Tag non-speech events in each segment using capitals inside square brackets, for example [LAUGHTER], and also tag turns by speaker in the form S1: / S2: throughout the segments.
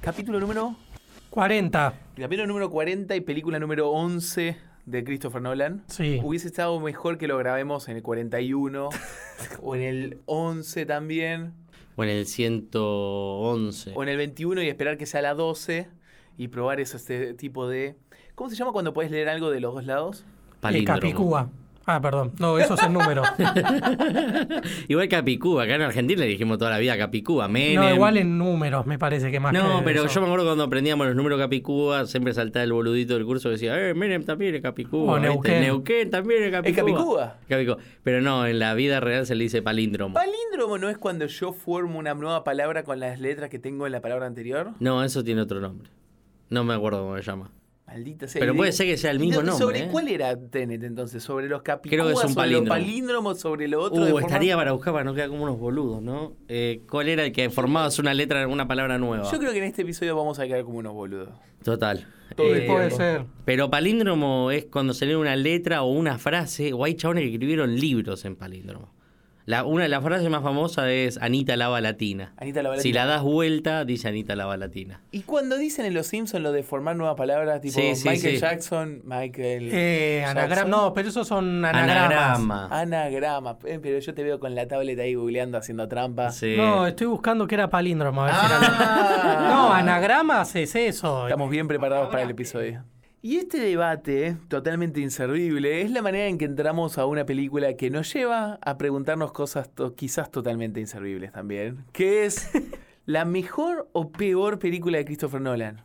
S1: Capítulo número
S2: 40.
S1: Capítulo número 40 y película número 11 de Christopher Nolan.
S2: Sí.
S1: Hubiese estado mejor que lo grabemos en el 41 o en el 11 también,
S3: O en el 111.
S1: o en el 21 y esperar que sea la 12 y probar ese este tipo de... ¿Cómo se llama cuando puedes leer algo de los dos lados?
S2: Eh,
S3: Palíndromo.
S2: Capicúa. Ah, perdón. No, eso es el
S3: [LAUGHS]
S2: número.
S3: Igual Capicúa, acá en Argentina le dijimos toda la vida Capicúa, Menem.
S2: No, igual en números, me parece que más.
S3: No,
S2: que
S3: pero
S2: eso.
S3: yo me acuerdo cuando aprendíamos los números Capicúa, siempre saltaba el boludito del curso que decía, eh, Menem también es Capicúa.
S2: O
S3: ¿viste?
S2: Oh, Neuquén.
S3: Neuquén también es
S1: ¿Es
S3: Capicúa.
S1: Capicúa?
S3: Capicúa. Pero no, en la vida real se le dice palíndromo.
S1: Palíndromo no es cuando yo formo una nueva palabra con las letras que tengo en la palabra anterior.
S3: no, eso tiene otro nombre. No me acuerdo cómo se llama.
S1: Maldita sea.
S3: Pero
S1: Y
S3: puede
S1: digo-
S3: ser que sea el
S1: ¿y
S3: mismo
S1: de-
S3: nombre,
S1: ¿Sobre
S3: eh?
S1: cuál era Tenet entonces? ¿Sobre los capítulos?
S3: Creo que es un
S1: ¿Sobre los
S3: palíndromo.
S1: palíndromos? ¿Sobre lo otro?
S3: Uh,
S1: de forma-
S3: estaría para buscar para no quedar como unos boludos, ¿no? Eh, ¿Cuál era el que formabas una letra en una palabra nueva?
S1: Yo creo que en este episodio vamos a quedar como unos boludos.
S3: Total.
S1: Todo
S2: Sí,
S1: el
S2: Eh, puede
S1: tiempo.
S2: ser.
S3: Pero palíndromo es cuando se lee una letra o una frase, o hay chabones que escribieron libros en palíndromo. La, una de las frases más famosas es Anita lava latina.
S1: Anita la Balatina.
S3: Si la das vuelta, dice Anita lava latina.
S1: Y cuando dicen en Los Simpsons lo de formar nuevas palabras, tipo
S3: Sí, sí,
S1: Michael
S3: sí.
S1: Jackson, Michael.
S2: Eh, anagrama.
S1: Jackson.
S2: No, pero esos son anagramas.
S1: Anagrama. Eh, pero yo te veo con la tablet ahí googleando, haciendo trampa.
S3: Sí.
S2: No, estoy buscando que era palíndromo. a ver si era-
S1: [LAUGHS] Ah.
S2: No, anagramas es eso.
S1: Estamos bien preparados para el episodio. Y este debate, totalmente inservible, es la manera en que entramos a una película que nos lleva a preguntarnos cosas to- quizás totalmente inservibles también, que [LAUGHS] es la mejor o peor película de Christopher Nolan.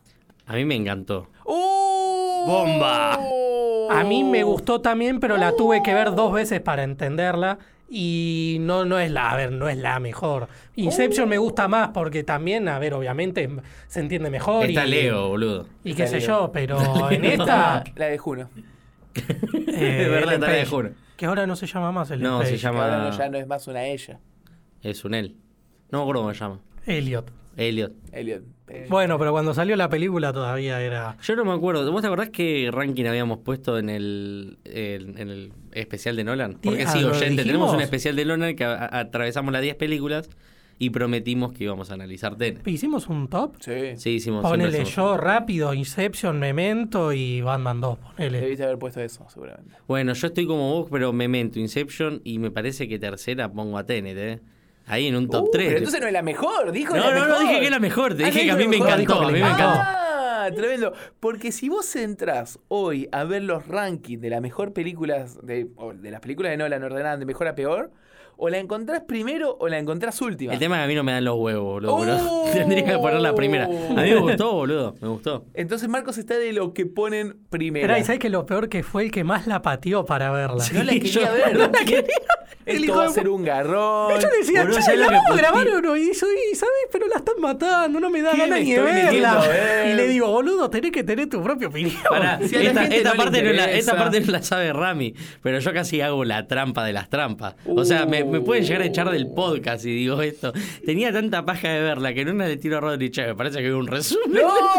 S3: A mí me encantó.
S1: ¡Oh!
S3: ¡Bomba!
S2: A mí
S3: Oh.
S2: me gustó también, pero la tuve que ver dos veces para entenderla. Y no, no es la, a ver, no es la mejor. Inception me gusta más porque también, a ver, obviamente se entiende mejor.
S3: Está
S2: y,
S3: Leo, boludo.
S2: Y qué
S1: Está
S2: sé
S1: Leo.
S2: yo,
S3: [LAUGHS]
S2: pero en esta.
S1: La de Juno.
S2: eh,
S3: Es verdad,
S2: Ellen
S3: está la de
S2: Page,
S3: Juno.
S2: Que ahora no se llama más el
S3: No, se
S1: Que ahora no- ya
S3: llama.
S1: no es más una ella,
S3: Es un él. No me acuerdo cómo se llama.
S2: Elliot.
S3: Elliot.
S1: Elliot. Pero-
S2: Bueno, pero cuando salió la película todavía era.
S3: Yo no me acuerdo. ¿Vos te acordás qué ranking habíamos puesto en el, en, en el especial de Nolan? Porque
S2: Ah,
S3: sí,
S2: ¿lo
S3: oyente, tenemos
S2: dijimos?
S3: un especial de Nolan que a- a- atravesamos las 10 películas y prometimos que íbamos a analizar Tenet.
S2: ¿Hicimos un top?
S1: Sí.
S3: Sí, hicimos
S2: Ponele
S3: siempre hacemos-
S2: yo rápido, Inception, Memento y Batman 2, ponele.
S1: Debiste haber puesto eso, seguramente.
S3: Bueno, yo estoy como vos, pero Memento, Inception y me parece que tercera pongo a Tenet, ¿eh? Ahí en un top
S1: Uh,
S3: 3.
S1: Pero entonces no es la mejor, dijo la
S3: No, no, no,
S1: mejor.
S3: dije que era mejor, te
S1: Ah,
S3: dije
S1: no,
S3: que a mí
S1: la
S3: me
S1: mejor,
S3: encantó,
S1: dijo que
S3: a mí
S1: le
S3: me
S1: encantó. Ah, tremendo. Porque si vos entrás hoy a ver los rankings de las mejor películas, de, o de las películas de Nolan ordenadas de mejor a peor, o la encontrás primero o la encontrás última.
S3: El tema es que a mí no me dan los huevos, boludo. [LAUGHS]
S1: Oh.
S3: pero Tendría que poner la primera. A mí me gustó, boludo. Me gustó.
S1: Entonces Marcos está de lo que ponen primero.
S2: Pero, ¿y sabes que lo peor que fue el que más la pateó para verla?
S1: No
S3: [LAUGHS]
S1: la
S3: Sí,
S1: quería
S3: yo-
S1: ver.
S3: no la quería.
S2: El
S1: Esto
S2: hijo
S1: va a
S2: de-
S1: ser un garrón.
S2: Yo decía,
S3: Boludo,
S2: che,
S3: ¿sabes
S2: la
S3: lo que
S2: vamos a
S3: puti-
S2: grabar o no? Y eso, y, ¿sabes? Pero la están matando, no me da
S1: ¿Qué
S2: ganas
S1: me
S2: ni de
S1: estoy metiendo
S2: verla.
S1: a ver?
S2: [LAUGHS] Y le digo, boludo, tenés que tener tu propia opinión.
S3: Eh. Pará,
S2: [LAUGHS]
S1: Si a la
S3: esta,
S1: gente
S3: esta
S1: no le
S3: parte no la,
S1: interesa.
S3: esta parte no la sabe Rami, pero yo casi hago la trampa de las trampas. O sea, me, me pueden llegar a echar del podcast y digo esto. Tenía tanta paja de verla que en una le tiro a Rodri, che, me parece que hay un resumen. [LAUGHS]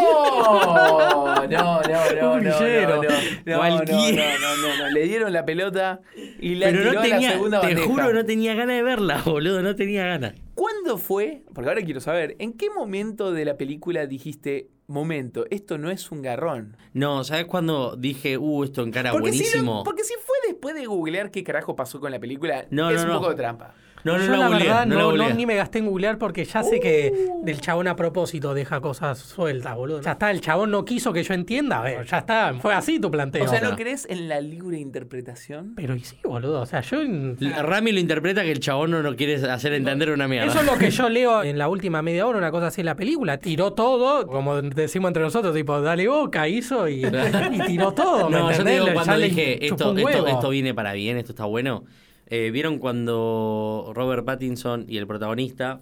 S1: No, no, no, no,
S2: Un
S1: no, no,
S2: villero.
S1: no, no, no,
S3: Cualquiera.
S1: no, no, no, le dieron la pelota y la
S3: pero
S1: tiró
S3: no
S1: a la
S3: tenía, te
S1: segunda bandeja.
S3: juro, no tenía ganas de verla, boludo, no tenía ganas.
S1: ¿Cuándo fue? Porque ahora quiero saber, ¿en qué momento de la película dijiste, momento, esto no es un garrón?
S3: No, ¿sabes cuando dije, uh, esto encara
S1: porque Si
S3: buenísimo?
S1: no- porque si fue después de googlear qué carajo pasó con la película,
S3: No,
S1: es
S3: no,
S1: un
S3: no.
S1: poco de trampa.
S3: No, no,
S2: Yo
S3: la
S2: la
S3: googleé,
S2: verdad
S3: no la
S2: no, no,
S3: googleé.
S2: ni me gasté en googlear porque ya sé que del chabón a propósito deja cosas sueltas, boludo. Uh. Ya está, el chabón no quiso que yo entienda, a ver, ya está, fue así tu planteo.
S1: O sea, ¿no
S3: no.
S1: crees en la libre interpretación?
S2: Pero y sí, boludo, o sea, yo...
S3: La- Rami lo interpreta que el chabón no lo quiere hacer entender una mierda.
S2: Eso es lo que yo leo en la última media hora, una cosa así en la película. Tiró todo, como decimos entre nosotros, tipo, dale boca, hizo y, y tiró todo. ¿me
S3: No, yo te
S2: entendés?
S3: digo,
S2: Le-
S3: cuando
S2: ya le
S3: dije,
S2: chupó
S3: esto,
S2: un
S3: esto,
S2: huevo.
S3: esto viene para bien, esto está bueno. Eh, ¿Vieron cuando Robert Pattinson y el protagonista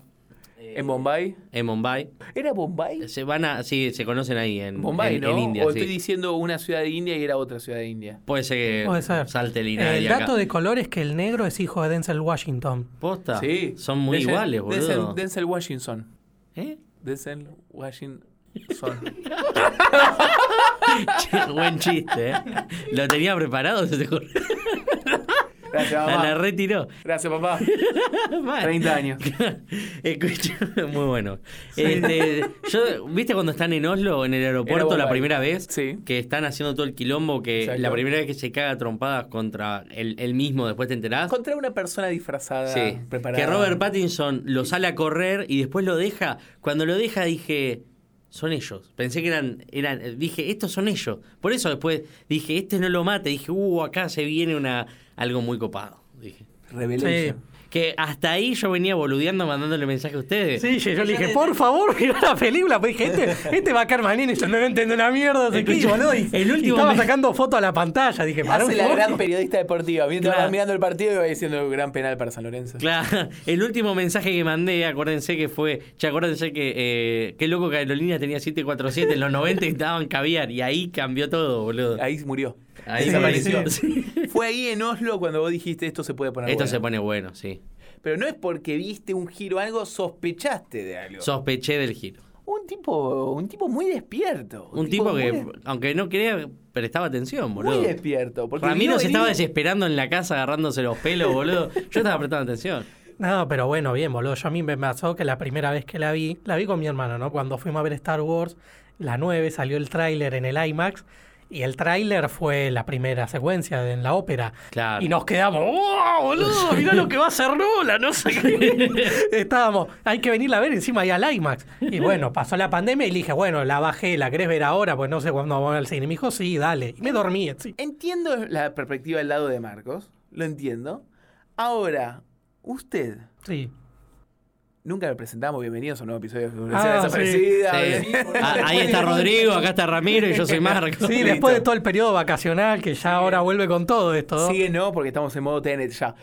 S3: Eh,
S1: ¿En Bombay?
S3: en Mumbai
S1: ¿Era Bombay?
S3: se van a. Sí, se conocen ahí en,
S1: Bombay,
S3: en-
S1: ¿no?
S3: en India.
S1: o
S3: sí.
S1: estoy diciendo una ciudad de India y era otra ciudad de India.
S3: Puede ser que
S2: Puede ser. Eh,
S3: salte el
S2: El
S3: Inadi acá.
S2: dato de color es que el negro es hijo de Denzel Washington.
S3: Posta.
S1: Sí.
S3: Son muy
S1: Denzel-
S3: iguales,
S1: Denzel-
S3: boludo.
S1: Denzel Washington.
S3: [LAUGHS] ¿Eh?
S1: Denzel
S3: [LAUGHS]
S1: Washington.
S3: Che, Buen chiste, ¿eh? Lo tenía preparado, se te ocurrió.
S1: Gracias,
S2: Ah,
S3: La, la
S1: mamá.
S3: retiró.
S1: Gracias, papá.
S3: Mal.
S1: 30
S3: [LAUGHS]
S1: años.
S3: Escucha, [LAUGHS] muy bueno. Este, yo, ¿Viste cuando están en Oslo, en el aeropuerto,
S1: Era
S3: la
S1: Bombay.
S3: primera vez?
S1: Sí.
S3: Que están haciendo todo el quilombo, que
S1: Exacto.
S3: la primera vez que se caga a trompadas contra él, él mismo, después te enterás.
S1: Contra una persona disfrazada,
S2: Ah,
S3: Sí.
S1: preparada.
S3: Que Robert Pattinson lo sale a correr y después lo deja. Cuando lo deja dije, son ellos. Pensé que eran, eran dije, estos son ellos. Por eso después dije, este no lo mate. Dije, uh, acá se viene una algo muy copado. Dije.
S1: Revelation.
S3: Que hasta ahí yo venía boludeando mandándole mensaje a ustedes.
S2: Sí, yo le dije, por favor, [LAUGHS] mira la película. Pues dije, este, este va a caer mañana y yo no lo entiendo una mierda. así que,
S3: Escucha,
S2: boludo, y-
S3: el
S2: y
S3: último
S2: estaba
S3: me-
S2: sacando foto a la pantalla. Dije, para un
S1: Hace la
S2: poco.
S1: gran periodista deportiva. Mientras
S3: Claro.
S1: vas mirando el partido y va diciendo gran penal para San Lorenzo.
S3: Claro, [LAUGHS] el último mensaje que mandé, acuérdense que fue, che, acuérdense que eh, qué loco que Aerolíneas tenía 747 en los 90 y daban caviar y ahí cambió todo, boludo.
S1: Ahí murió.
S3: Ahí
S2: Sí,
S3: [LAUGHS] desapareció.
S1: Fue ahí en Oslo cuando vos dijiste esto se puede poner
S3: Esto
S1: bueno".
S3: se pone bueno, sí.
S1: Pero no es porque viste un giro algo, sospechaste de algo.
S3: Sospeché del giro.
S1: un tipo, un tipo muy despierto.
S3: Un tipo
S1: muy
S3: que,
S1: des-
S3: aunque no crea, prestaba atención,
S1: muy,
S3: boludo.
S1: despierto. Porque
S3: Ramiro
S1: vio
S3: se
S1: venir-
S3: estaba desesperando en la casa agarrándose los pelos, boludo. Yo estaba prestando atención.
S2: No, pero bueno, bien, boludo. Yo a mí me pasó que la primera vez que la vi, la vi con mi hermano, ¿no? Cuando fuimos a ver Star Wars, la 9, salió el tráiler en el IMAX. Y el tráiler fue la primera secuencia de- en la ópera.
S3: Claro.
S2: Y nos quedamos, ¡wow, boludo! Mirá lo que va a hacer Nola, no sé
S1: [LAUGHS]
S2: qué. Estábamos, hay que venirla a ver encima ahí al IMAX. Y bueno, pasó la pandemia y le dije, bueno, la bajé, la querés ver ahora, pues no sé cuándo vamos al cine. Y me dijo, sí, dale. Y me dormí, sí.
S1: Entiendo la perspectiva del lado de Marcos. Lo entiendo. Ahora, usted.
S2: Sí.
S1: Nunca lo presentamos. Bienvenidos a un nuevo episodio de Generación
S2: Ah,
S1: Desaparecida.
S3: Sí. Ah, Ahí está Rodrigo, acá está Ramiro y yo soy Marco.
S2: Sí,
S1: Listo.
S2: después de todo el periodo vacacional, que ya ahora vuelve con todo esto. ¿no?
S1: Sigue no, porque estamos en modo Tenet ya.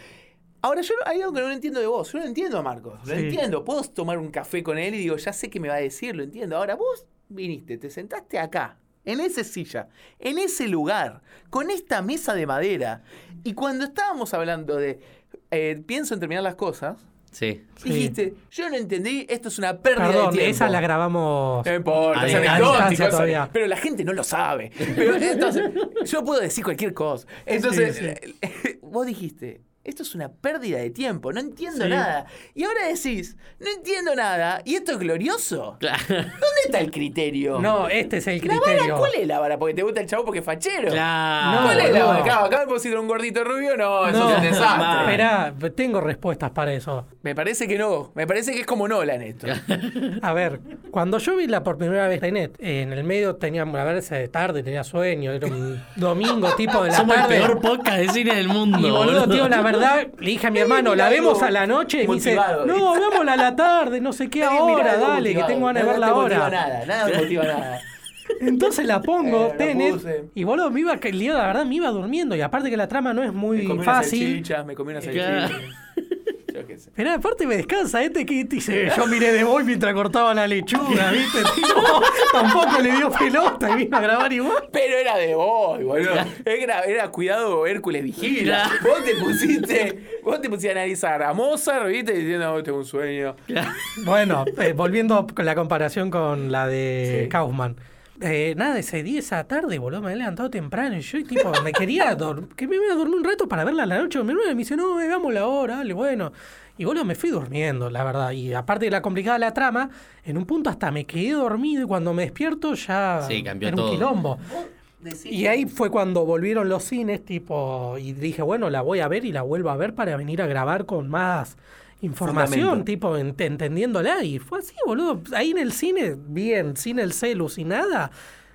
S1: Ahora, yo hay algo que no entiendo de vos. Yo no entiendo a Marcos. Lo
S2: Sí.
S1: entiendo. Puedo tomar un café con él y digo, ya sé qué me va a decir, lo entiendo. Ahora, vos viniste, te sentaste acá, en esa silla, en ese lugar, con esta mesa de madera. Y cuando estábamos hablando de eh, pienso en terminar las cosas,
S3: Sí.
S2: [LAUGHS] Sí.
S1: dijiste, yo no entendí, esto es una pérdida de
S2: Perdón,
S1: tiempo.
S2: esa la grabamos.
S1: No importa,
S3: A
S1: es
S3: distancia
S1: anecdótico, es-
S2: todavía.
S1: Pero la gente no lo
S2: [LAUGHS]
S1: sabe. Pero entonces, yo puedo decir cualquier cosa. Entonces, [LAUGHS] vos dijiste, esto es una pérdida de tiempo, no entiendo
S2: Sí.
S1: nada. Y ahora decís, no entiendo nada, y esto es
S2: [LAUGHS]
S1: glorioso.
S3: Claro.
S1: ¿Dónde está el criterio?
S2: No, este es el
S1: ¿La vara?
S2: criterio.
S1: ¿Cuál es la vara? Porque te gusta el chavo porque es fachero.
S3: Claro.
S1: ¿Cuál es la
S2: No.
S1: vara? Acá, acá me pusieron un gordito rubio, no, eso
S2: No,
S1: es un desastre.
S3: mal.
S2: Ah, esperá, tengo respuestas para eso.
S1: Me parece que no, me parece que es como Nolan esto.
S2: A ver, cuando yo vi la por primera vez Tenet, eh, en el medio teníamos, a ver, de tarde, tenía sueño, era un domingo tipo de la
S3: Somos el
S2: tarde.
S3: peor podcast de cine del mundo.
S2: Y boludo, tío, la verdad, le dije a mi hermano, la
S1: Mirá algo
S2: vemos a la noche y me dice,
S1: motivado.
S2: no, vámonos a la tarde, no sé qué ahora, dale, que tengo ganas de verla
S1: No
S2: ahora.
S1: te motiva nada, nada me motiva nada.
S2: Entonces la
S1: Eh,
S2: pongo,
S1: la puse.
S2: Tenet, y boludo, me iba, ca- la verdad, me iba durmiendo, y aparte que la trama no es muy
S1: Me comí unas
S2: fácil.
S1: salchichas, me comí unas
S3: Claro.
S1: salchichas. [LAUGHS] Yo qué sé.
S2: Pero aparte me descansa este que dice, yo miré de Boy mientras cortaba
S1: [LAUGHS]
S2: la lechuga, ¿viste? Tipo, tampoco le dio pelota y vino a grabar igual.
S1: Pero era de vos, boludo. Era, era cuidado Hércules vigila.
S3: Claro.
S1: Vos te pusiste, vos te pusiste a analizar a Mozart, viste, diciendo, "Oh, tengo un sueño.
S2: Bueno, eh, volviendo con la comparación con la de
S1: Sí.
S2: Kaufman. Eh, nada, ese 10 a tarde, boludo, me he levantado temprano y yo, tipo, me quería dor- que me iba a dormir un rato para verla a la noche. Mi hermana me dice, no, eh, veámosla ahora, dale, bueno. Y boludo, me fui durmiendo, la verdad. Y aparte de la complicada de la trama, en un punto hasta me quedé dormido y cuando me despierto ya
S3: Sí, cambió
S2: era
S3: todo.
S2: un quilombo.
S1: Vos decís-
S2: Y ahí fue cuando volvieron los cines, tipo, y dije, bueno, la voy a ver y la vuelvo a ver para venir a grabar con más información,
S1: Fundamento.
S2: tipo, ent- entendiéndola. Y fue así, boludo. Ahí en el cine, bien, sin el celu, sin nada,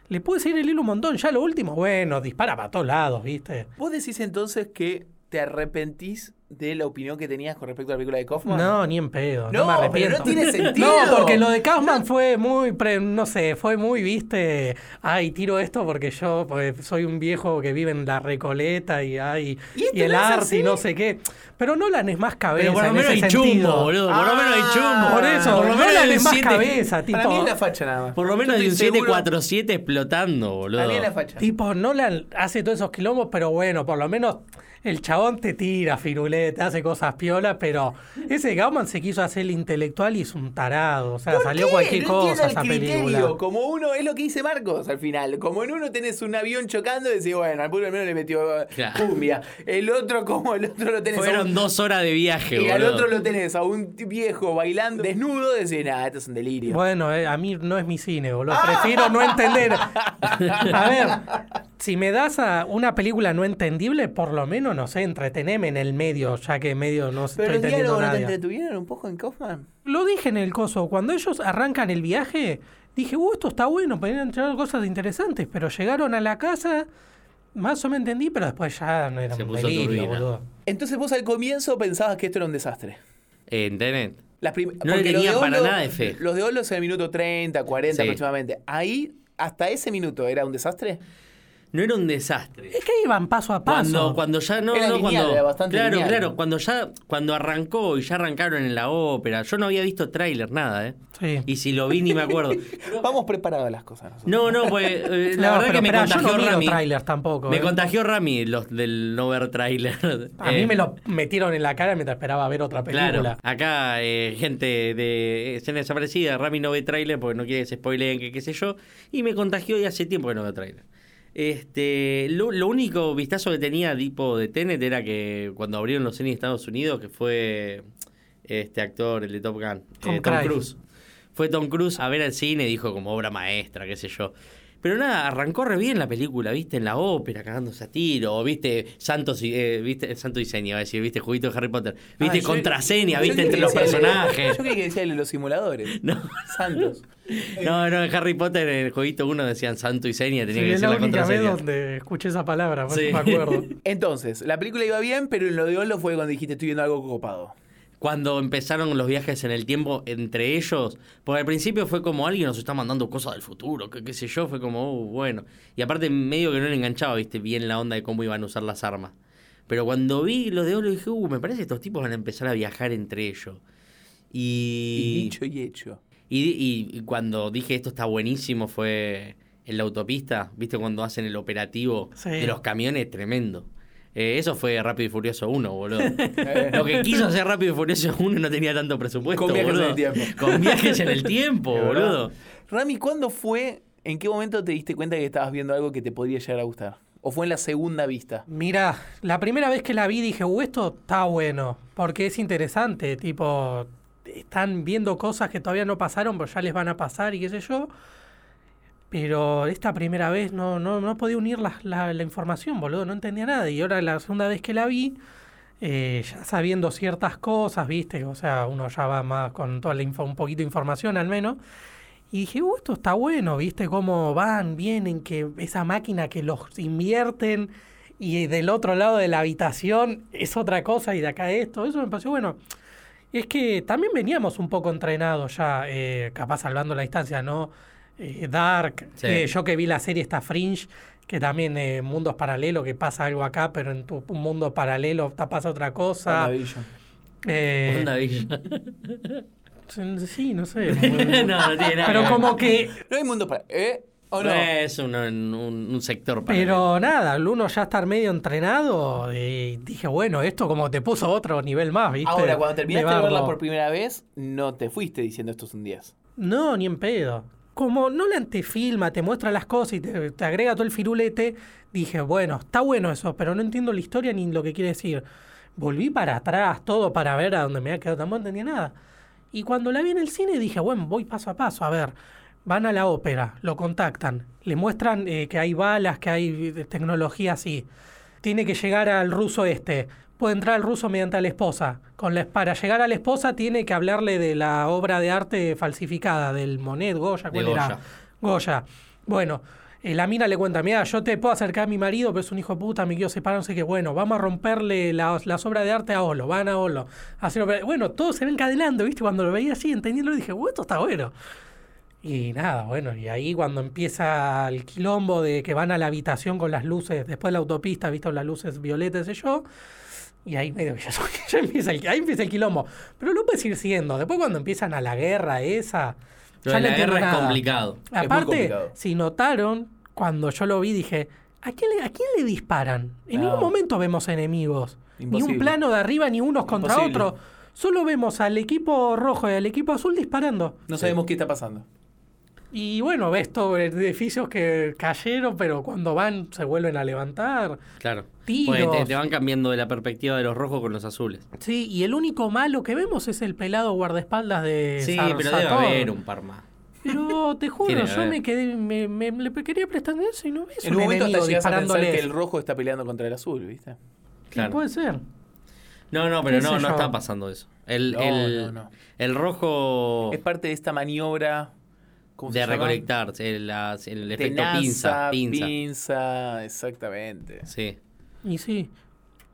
S2: le pude seguir el hilo un montón. Ya lo último, bueno, dispara para todos lados, ¿viste?
S1: Vos decís entonces que te arrepentís de la opinión que tenías con respecto a la película de Kaufman.
S2: No, ni en pedo. No,
S1: No,
S2: me
S1: pero
S2: arrepiento.
S1: no tiene sentido.
S2: [LAUGHS] No, porque lo de Kaufman fue muy, pre- no sé, fue muy, viste, ay, tiro esto porque yo pues, soy un viejo que vive en la Recoleta y ay,
S1: Y esto
S2: y el
S1: no es
S2: arte
S1: así.
S2: y no sé qué. Pero Nolan es más cabeza
S3: Pero por lo
S2: en
S3: menos
S2: ese
S3: hay
S2: sentido. Ah,
S3: chumbo, boludo. Por lo menos hay chumbo.
S2: Por eso,
S3: por lo menos
S2: Nolan
S3: hay
S2: es más
S3: siete-
S2: cabeza, tipo.
S1: Para mí es la facha nada más.
S3: Por lo menos
S1: Yo
S3: hay un
S1: estoy seguro-
S3: 747 explotando, boludo.
S1: Para mí es la facha.
S2: Tipo, Nolan hace todos esos quilombos, pero bueno, por lo menos el chabón te tira, te, te hace cosas piolas, pero ese Gauman se quiso hacer el intelectual y es un tarado. O sea,
S1: ¿Por
S2: salió
S1: qué?
S2: cualquier
S1: No
S2: cosa
S1: entiendo
S2: esa
S1: el criterio.
S2: película.
S1: Como uno, es lo que dice Marcos al final. Como en uno tenés un avión chocando y decís, bueno, al pueblo al menos le metió eh,
S3: Claro.
S1: cumbia. El otro, como el otro lo tenés. a
S3: Fueron
S1: un-
S3: dos horas de viaje,
S1: Y al
S3: boludo.
S1: otro lo tenés a un t- viejo bailando desnudo, decís, nada, esto es un delirio.
S2: Bueno, eh, a mí no es mi cine, boludo. Prefiero no entender. A ver, si me das a una película no entendible, por lo menos, no sé, entreteneme en el medio, ya que medio no estoy
S1: Pero los
S2: entendiendo
S1: diálogos no
S2: nada.
S1: te entretuvieron un poco en Kaufman.
S2: Lo dije en el coso, cuando ellos arrancan el viaje, dije, uh, esto está bueno, podrían traer cosas interesantes, pero llegaron a la casa, más o menos entendí, pero después ya no era
S3: Se
S2: un
S3: puso
S2: delirio,
S3: turbina.
S2: boludo.
S1: Entonces vos al comienzo pensabas que esto era un desastre.
S3: Eh, ¿Entendés?
S1: Las prim-
S3: No le
S1: porque los
S3: tenía
S1: de
S3: para
S1: Olo-
S3: nada de fe.
S1: Los de Olo en el minuto 30, 40
S3: Sí.
S1: aproximadamente. Ahí, hasta ese minuto, ¿era un desastre?
S3: No era un desastre.
S2: Es que iban paso a paso.
S3: Cuando, cuando ya no,
S1: Era
S3: no,
S1: lineal,
S3: cuando,
S1: era bastante
S3: claro,
S1: lineal.
S3: claro, cuando ya cuando arrancó y ya arrancaron en la ópera, yo no había visto tráiler nada, ¿eh?
S2: Sí.
S3: Y si lo vi ni me acuerdo.
S1: Vamos preparados a las cosas nosotros.
S3: No, no, pues eh, la
S2: No,
S3: verdad
S2: pero
S3: que me
S2: esperá,
S3: contagió
S2: yo no miro
S3: Rami.
S2: trailers tampoco.
S3: me
S2: eh.
S3: contagió Rami los del no ver tráiler.
S2: A
S3: Eh,
S2: mí me lo metieron en la cara mientras esperaba ver otra película.
S3: Claro, acá eh, gente de escena desaparecida, Rami no ve tráiler porque no quiere que se spoileen, que qué sé yo, y me contagió y hace tiempo que no veo tráiler. Este, lo, lo único vistazo que tenía tipo de Tenet era que cuando abrieron los cines de Estados Unidos, que fue este actor, el de Top Gun,
S2: Tom
S3: eh, Tom
S2: Cruise.
S3: Cruise. Fue Tom Cruise a ver al cine, dijo como obra maestra, qué sé yo. Pero nada, arrancó re bien la película, viste, en la ópera, cagándose a tiro, o viste, Santos, y- eh, viste, Santo Diseño, iba a decir, viste, juguito de Harry Potter, viste,
S1: Ah, yo-
S3: contraseña,
S1: yo
S3: viste,
S1: creí
S3: entre
S1: que
S3: los
S1: decía el- [LAUGHS]
S3: personajes.
S1: Yo creí que decía el de los simuladores.
S3: No.
S1: Santos.
S3: No, no, en Harry Potter, en el jueguito uno decían Santo y Seña, tenía
S2: Sí,
S3: que
S2: es
S3: decir
S2: la
S3: la
S2: única vez
S3: contraseña.
S2: donde escuché esa palabra, por
S3: Sí.
S2: eso me acuerdo.
S1: Entonces, la película iba bien, pero en lo de Olo fue cuando dijiste estoy viendo algo copado.
S3: Cuando empezaron los viajes en el tiempo entre ellos, porque al principio fue como alguien nos está mandando cosas del futuro, que qué sé yo, fue como, "Uh, bueno. Y aparte, medio que no le enganchaba, viste, bien la onda de cómo iban a usar las armas. Pero cuando vi los de Olo dije, uh, me parece que estos tipos van a empezar a viajar entre ellos.
S1: Y
S3: Y.
S1: dicho y hecho.
S3: Y, y- y cuando dije esto está buenísimo fue en la autopista, ¿viste? Cuando hacen el operativo
S2: Sí.
S3: de los camiones, tremendo. Eh, eso fue Rápido y Furioso 1,
S2: [LAUGHS]
S3: boludo. Lo que quiso hacer Rápido y Furioso 1 no tenía tanto presupuesto,
S1: Con viajes en
S3: boludo.
S1: el tiempo.
S3: Con viajes en el tiempo,
S1: [LAUGHS] Es verdad.
S3: boludo.
S1: Rami, ¿cuándo fue, en qué momento te diste cuenta que estabas viendo algo que te podría llegar a gustar? ¿O fue en la segunda vista?
S2: Mira, la primera vez que la vi dije, uh, esto está bueno, porque es interesante, tipo, están viendo cosas que todavía no pasaron, pero ya les van a pasar y qué sé yo. Pero esta primera vez no, no, no podía unir las- la, la información, boludo, no entendía nada. Y ahora la segunda vez que la vi, eh, ya sabiendo ciertas cosas, viste, o sea, uno ya va más con toda la info, un poquito de información al menos. Y dije, uh, esto está bueno, viste cómo van, vienen, que esa máquina que los invierten y del otro lado de la habitación es otra cosa y de acá esto, eso me pareció bueno. Y es que también veníamos un poco entrenados ya, eh, capaz salvando la distancia, ¿no? Eh, Dark,
S3: Sí.
S2: eh, yo que vi la serie esta Fringe, que también eh, mundos paralelos, que pasa algo acá, pero en tu mundo paralelo te pasa otra cosa.
S1: WandaVision.
S2: Eh,
S3: Onda Villa.
S2: sí, no sé.
S3: [LAUGHS] no, no tiene nada. que
S2: pero
S3: ver.
S2: como que
S1: No hay mundo para. ¿Eh? ¿O no?
S3: Es un, un- un sector para
S2: Pero nada, al uno ya estar medio entrenado, eh, dije, bueno, esto como te puso otro nivel más, ¿viste?
S1: Ahora, cuando terminaste de verla
S2: bardo.
S1: por primera vez, no te fuiste diciendo esto es un 10.
S2: No, ni en pedo. Como no la antefilma, te muestra las cosas y te, te agrega todo el firulete, dije, bueno, está bueno eso, pero no entiendo la historia ni lo que quiere decir. Volví para atrás, todo para ver a dónde me había quedado, tampoco entendía nada. Y cuando la vi en el cine dije, bueno, voy paso a paso, a ver. Van a la ópera, lo contactan, le muestran eh, que hay balas, que hay eh, tecnología así. Tiene que llegar al ruso este. Puede entrar al ruso mediante a la esposa. Con la, para llegar a la esposa tiene que hablarle de la obra de arte falsificada, del Monet, Goya,
S3: De
S2: ¿cuál
S3: Goya.
S2: era? Goya. Bueno, eh, la mina le cuenta, mira, yo te puedo acercar a mi marido, pero es un hijo de puta, me quiero separar, no sé qué. Bueno, vamos a romperle la- las obras de arte a Olo, van a Olo. a hacer obra- Bueno, todo se va encadenando, ¿viste? Cuando lo veía así, entendiendo, dije, bueno, esto está bueno. Y nada, bueno, y ahí cuando empieza el quilombo de que van a la habitación con las luces, después de la autopista, ¿viste? Con las luces violetas, qué sé yo. Y ahí medio que ya, son- [LAUGHS] ya empieza el, ahí empieza el quilombo. Pero lo puedes ir siendo. Después cuando empiezan a la guerra esa...
S3: Lo
S2: ya no
S3: de la
S2: entiendo
S3: guerra es
S2: nada.
S3: complicado.
S1: muy
S2: Aparte,
S1: complicado.
S2: si notaron, cuando yo lo vi dije, ¿a quién le, a quién le disparan? En
S1: No.
S2: ningún momento vemos enemigos. ni
S1: Imposible.
S2: un plano de arriba ni unos contra
S1: Imposible.
S2: otros. Solo vemos al equipo rojo y al equipo azul disparando.
S1: No sabemos qué está pasando.
S2: Y bueno, ves todos edificios que cayeron, pero cuando van se vuelven a levantar.
S3: Claro.
S2: Tiros.
S3: Porque te, te van cambiando de la perspectiva de los rojos con los azules.
S2: Sí, y el único malo que vemos es el pelado guardaespaldas de
S3: Sí,
S2: Sar-
S3: pero debe
S2: Sator.
S3: haber un par más.
S2: Pero te juro,
S3: Tiene que
S2: yo
S3: haber.
S2: me quedé, me, me- le quería prestar atención y no ves
S1: en
S2: un
S1: un momento hasta
S2: enemigo
S1: llegas a pensar
S2: disparándoles.
S1: que el rojo está peleando contra el azul, ¿viste?
S2: Y
S3: Claro.
S2: puede ser.
S3: No, no, pero
S2: ¿Qué
S3: no,
S2: sé
S3: no
S2: yo?
S3: está pasando eso. El,
S1: No,
S3: el,
S1: no, no.
S3: el rojo
S1: Es parte de esta maniobra ¿cómo se
S3: de
S1: llama?
S3: recolectar, el, las- el efecto
S1: Tenaza,
S3: pinza, pinza.
S1: pinza, exactamente.
S3: Sí.
S2: Y sí.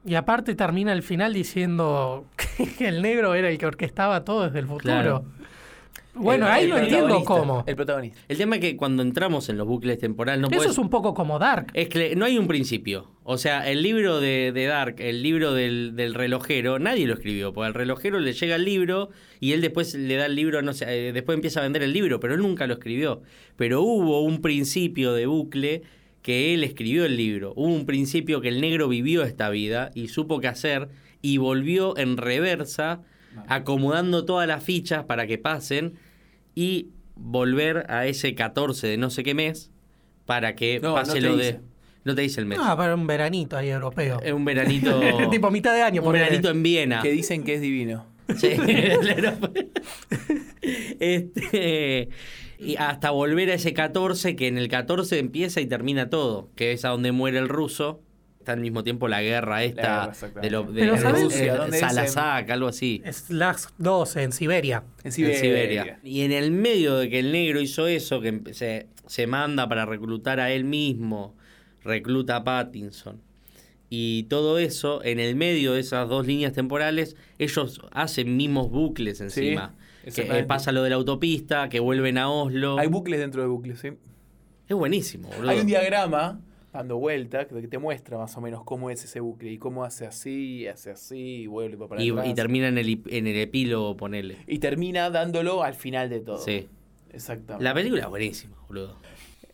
S2: Y aparte termina el final diciendo [LAUGHS] que el negro era el que orquestaba todo desde el futuro.
S3: Claro.
S2: Bueno,
S1: El-
S2: ahí
S1: el
S2: no entiendo
S1: protagonista,
S2: cómo.
S1: El protagonista.
S3: El tema es que cuando entramos en los bucles temporales no
S2: Eso
S3: podés-
S2: es un poco como Dark.
S3: Es que no hay un principio. O sea, el libro de, de Dark, el libro del, del relojero, nadie lo escribió, porque al relojero le llega el libro y él después le da el libro, no sé, eh, después empieza a vender el libro, pero él nunca lo escribió. Pero hubo un principio de bucle que él escribió el libro. Hubo un principio que el negro vivió esta vida y supo qué hacer y volvió en reversa, acomodando todas las fichas para que pasen y volver a ese 14 de no sé qué mes para que
S1: No,
S3: pase
S1: no te
S3: lo
S1: dice.
S3: de. No te dice el mes.
S2: Ah, para un veranito ahí europeo. [LAUGHS]
S3: Es un
S1: [LAUGHS]
S3: veranito.
S2: tipo mitad de año,
S3: un
S2: ponele.
S3: veranito en Viena.
S1: Que dicen que es divino.
S3: [LAUGHS] Sí, claro. [LAUGHS] este, y hasta volver a ese 14, que en el 14 empieza y termina todo, que es a donde muere el ruso. Está al mismo tiempo la guerra
S1: La
S3: esta
S1: guerra, exactamente. Eh,
S3: de, lo, de
S2: Pero,
S3: de
S2: ¿sabes?
S3: Rusia,
S1: ¿Dónde dicen?
S3: Salazac, algo así.
S2: Slash 2 en Siberia.
S1: En
S3: en
S1: Siberia.
S3: Siberia. Y en el medio de que el negro hizo eso, que empe- se, se manda para reclutar a él mismo, recluta a Pattinson. Y todo eso, en el medio de esas dos líneas temporales, ellos hacen mismos bucles encima. que, eh,
S1: exactamente.
S3: pasa lo de la autopista, que vuelven a Oslo.
S1: Hay bucles dentro de bucles, ¿sí?
S3: es buenísimo, boludo.
S1: Hay un diagrama dando vuelta que te muestra más o menos cómo es ese bucle y cómo hace así, hace así, y vuelve para
S3: y,
S1: atrás.
S3: y termina en el, hip- en el epílogo, ponele.
S1: Y termina dándolo al final de todo.
S3: Sí.
S1: Exactamente.
S3: La película es buenísima, boludo.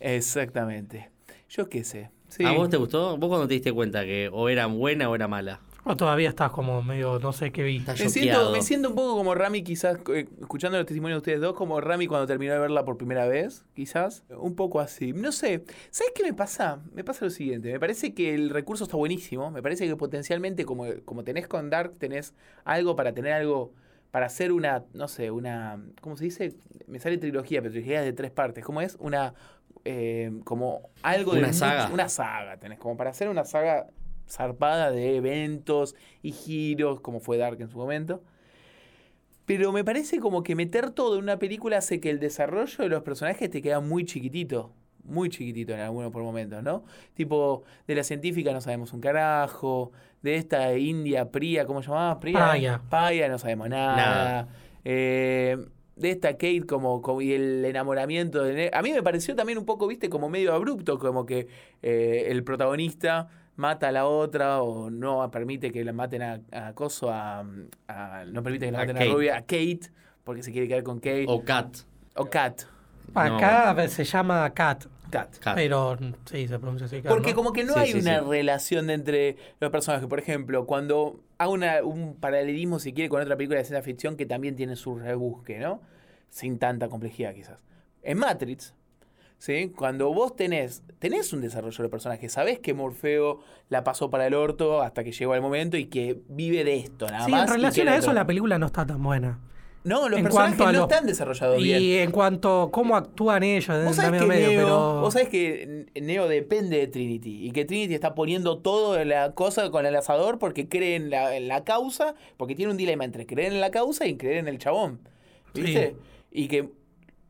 S1: Exactamente. Yo qué sé. Sí.
S3: ¿A vos te gustó? ¿Vos cuando te diste cuenta que o era buena o era mala?
S2: O todavía estás como medio, no sé qué vi.
S3: Estás
S1: me siento,
S3: choqueado.
S1: me siento un poco como Rami, quizás, eh, escuchando los testimonios de ustedes dos, como Rami cuando terminó de verla por primera vez, quizás. Un poco así. No sé. ¿Sabes qué me pasa? Me pasa lo siguiente. Me parece que el recurso está buenísimo. Me parece que potencialmente, como, como tenés con Dark, tenés algo para tener algo. Para hacer una, no sé, una. ¿Cómo se dice? Me sale trilogía, pero trilogía de tres partes. ¿Cómo es? Una. eh, como algo de.
S3: Una
S1: mucho-
S3: saga.
S1: una saga tenés. Como para hacer una saga zarpada de eventos y giros, como fue Dark en su momento. Pero me parece como que meter todo en una película hace que el desarrollo de los personajes te queda muy chiquitito. Muy chiquitito en algunos por momentos, ¿no? Tipo, de la científica no sabemos un carajo. De esta india Priya, ¿cómo llamaba? Priya.
S2: Paya.
S1: Paya, no sabemos nada.
S3: Nada.
S1: Eh, de esta Kate como, como- y el enamoramiento de... Ne- A mí me pareció también un poco, viste, como medio abrupto, como que eh, el protagonista mata a la otra o no permite que la maten a, a Coso, a, a- no permite que la
S3: A
S1: maten a,
S3: Kate.
S1: Rubia, a Kate, porque se quiere quedar con Kate. O,
S3: O Cat.
S1: Kat.
S2: Acá se llama Cat,
S1: Cat.
S3: Cat.
S2: pero mm, sí, se pronuncia así. claro,
S1: Porque
S2: ¿no?
S1: como que no
S3: Sí,
S1: hay
S3: sí,
S1: una
S3: sí.
S1: relación de entre los personajes. Por ejemplo, cuando hago una- un paralelismo, si quiere, con otra película de ciencia ficción que también tiene su rebusque, ¿no? Sin tanta complejidad, quizás. En Matrix, ¿sí? Cuando vos tenés, tenés un desarrollo de personaje, sabés que Morfeo la pasó para el orto hasta que llegó al momento y que vive de esto, nada
S2: Sí,
S1: más.
S2: en
S1: y
S2: relación
S1: que
S2: a
S1: era
S2: eso
S1: todo.
S2: la película no está tan buena.
S1: No, los
S2: en
S1: personajes
S2: cuanto a
S1: no
S2: los-
S1: están desarrollados
S2: Y
S1: bien.
S2: en cuanto a cómo actúan ellos,
S1: Vos
S2: también
S1: sabés, que
S2: medio,
S1: Neo,
S2: pero...
S1: vos sabés que Neo depende de Trinity y que Trinity está poniendo todo la cosa con el asador porque cree en la, en la causa, porque tiene un dilema entre creer en la causa y creer en el chabón. ¿Viste?
S2: Sí.
S1: Y que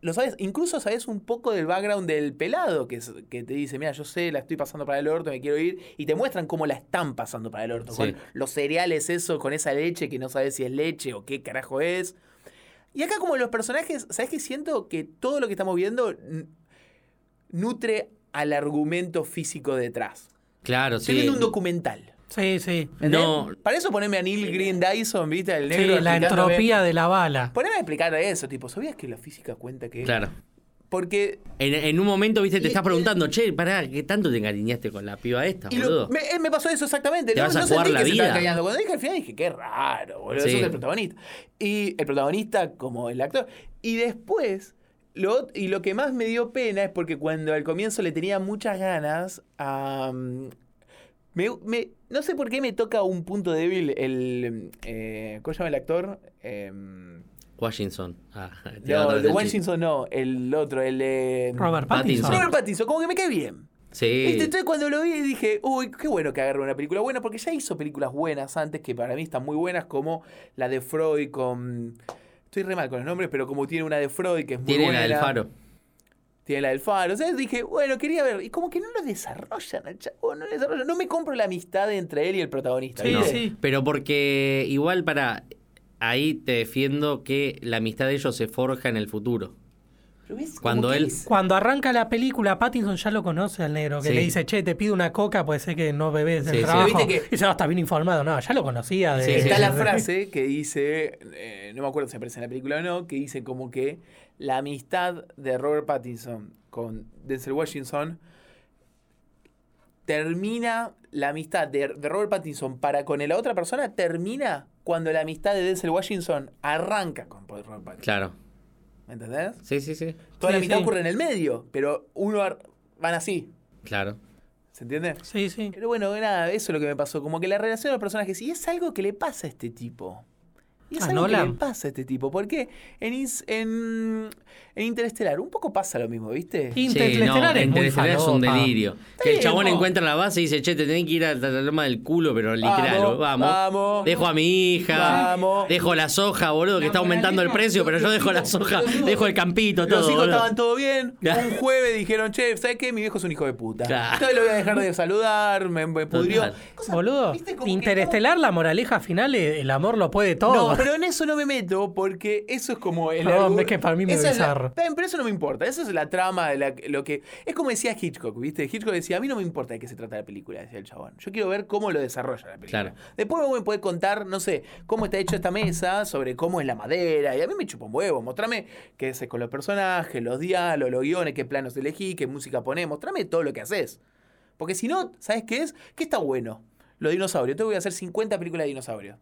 S1: lo sabes, incluso sabes un poco del background del pelado que, es- que te dice, mira, yo sé, la estoy pasando para el orto, me quiero ir, y te muestran cómo la están pasando para el orto,
S3: Sí.
S1: con los cereales, eso, con esa leche que no sabes si es leche o qué carajo es. Y acá como los personajes, ¿sabes qué siento? Que todo lo que estamos viendo n- nutre al argumento físico detrás.
S3: Claro,
S1: Estoy
S3: sí.
S1: viendo un documental.
S2: Sí, sí.
S1: ¿entendés?
S3: No.
S1: Para eso poneme a Neil Green Dyson, ¿viste? El
S2: Sí,
S1: negro
S2: la
S1: explicándome.
S2: entropía de la bala.
S1: Poneme a explicar eso, tipo, ¿sabías que la física cuenta que
S3: Claro.
S1: Porque
S3: En, en un momento, viste, te
S1: Y-
S3: estás preguntando, che, pará, ¿qué tanto te encariñaste con la piba esta,
S1: Y lo-
S3: boludo?
S1: me, eh, me pasó eso exactamente.
S3: Te
S1: no
S3: vas a
S1: no
S3: jugar
S1: sentí
S3: la
S1: que se
S3: vida.
S1: estaba engañando. Cuando dije al final dije, qué raro, boludo,
S3: Sí.
S1: sos el protagonista. Y el protagonista como el actor. Y después, lo, y lo que más me dio pena es porque cuando al comienzo le tenía muchas ganas a... mm, me- me- no sé por qué me toca un punto débil el... eh, ¿Cómo se llama el actor? Em,
S3: Washington. Ah, [LAUGHS] te va a
S1: no, el
S3: dar el
S1: de
S3: chiste.
S1: Washington no, el otro, el de...
S2: Robert
S3: Mm, Pattinson.
S2: Pattinson.
S1: Robert Pattinson, como que me cae bien.
S3: Sí.
S1: Este, entonces cuando lo vi dije, uy, qué bueno que agarre una película buena, porque ya hizo películas buenas antes que para mí están muy buenas, como la de Freud con... Estoy re mal con los nombres, pero como tiene una de Freud que es muy
S3: Tiene
S1: buena.
S3: la del faro.
S1: Tiene la del faro. Entonces dije, bueno, quería ver. Y como que no lo desarrollan al chavo, no lo desarrollan. No me compro la amistad entre él y el protagonista.
S2: Sí,
S3: No,
S1: ¿viste?
S2: sí.
S3: Pero porque igual para. Ahí te defiendo que la amistad de ellos se forja en el futuro.
S1: Pero ves como
S3: Cuando
S1: que
S3: él-
S1: es-
S2: Cuando arranca la película, Pattinson ya lo conoce al negro, que
S3: Sí.
S2: le dice, che, te pido una coca, puede ser que no bebés en
S3: Sí, sí.
S2: el trabajo.
S1: Viste que-
S2: Y dice, no, está bien informado. No, ya lo conocía. De,
S3: Sí,
S1: Está la
S2: de-
S1: frase que dice, eh, no me acuerdo si aparece en la película o no, que dice como que la amistad de Robert Pattinson con Denzel Washington termina, la amistad de, de Robert Pattinson para con la otra persona termina cuando la amistad de Denzel Washington arranca con Robert Pattinson.
S3: Claro.
S1: ¿Me entendés?
S3: Sí, sí, sí.
S1: Toda la
S2: Sí,
S1: amistad
S2: sí.
S1: ocurre en el medio, pero uno ar- van así.
S3: Claro.
S1: ¿Se entiende?
S2: Sí, sí.
S1: Pero bueno, nada, eso es lo que me pasó. Como que la relación de los personajes. Y es algo que le pasa a este tipo. Y
S3: Ah,
S1: es
S2: ¿A
S1: algo que
S2: Nolan?
S1: le pasa a este tipo. Porque en, Ins- en, en Interestelar un poco pasa lo mismo, ¿viste?
S2: Y-
S3: Sí,
S2: Interestelar es muy
S3: Interestelar es un
S2: falopa.
S3: delirio. Que el
S1: bien,
S3: chabón
S1: no.
S3: encuentra la base y dice, che, te tenés que ir a la loma del culo, pero literal,
S1: Vamos,
S3: ¿no? vamos.
S1: vamos.
S3: Dejo a mi hija.
S1: Vamos.
S3: Dejo la soja, boludo, que está aumentando el precio, pero yo dejo
S2: [LAUGHS]
S3: la soja, dejo el campito, todo.
S1: Los hijos
S3: boludo.
S1: estaban todo bien.
S3: Claro.
S1: Un jueves dijeron, che, ¿sabes qué? Mi viejo es un hijo de puta.
S3: Claro.
S1: Entonces lo voy a dejar de saludar, me, me pudrió.
S3: Total.
S1: Cosas,
S2: Boludo,
S1: ¿viste? Como que
S2: interestelar, la moraleja final, eh, el amor lo puede todo.
S1: No, pero en eso no me meto porque eso es como el
S2: Perdón,
S1: argu-
S2: es que para mí me
S1: Esa es la-
S2: bizarro.
S1: Está bien, pero eso no me importa. Eso es la trama, de la- lo que es como decía Hitchcock, ¿viste? Hitchcock decía, "A mí no me importa de qué se trata la película", decía el chabón. Yo quiero ver cómo lo desarrolla la película.
S3: Claro.
S1: Después vos me podés contar, no sé, cómo está hecha esta mesa, sobre cómo es la madera, y a mí me chupa un huevo, mostrame qué haces con los personajes, los diálogos, los guiones, qué planos elegí, qué música ponés, mostrame todo lo que haces. Porque si no, ¿sabes qué es? ¿Qué está bueno? Los dinosaurios. Te voy a hacer 50 películas de dinosaurios.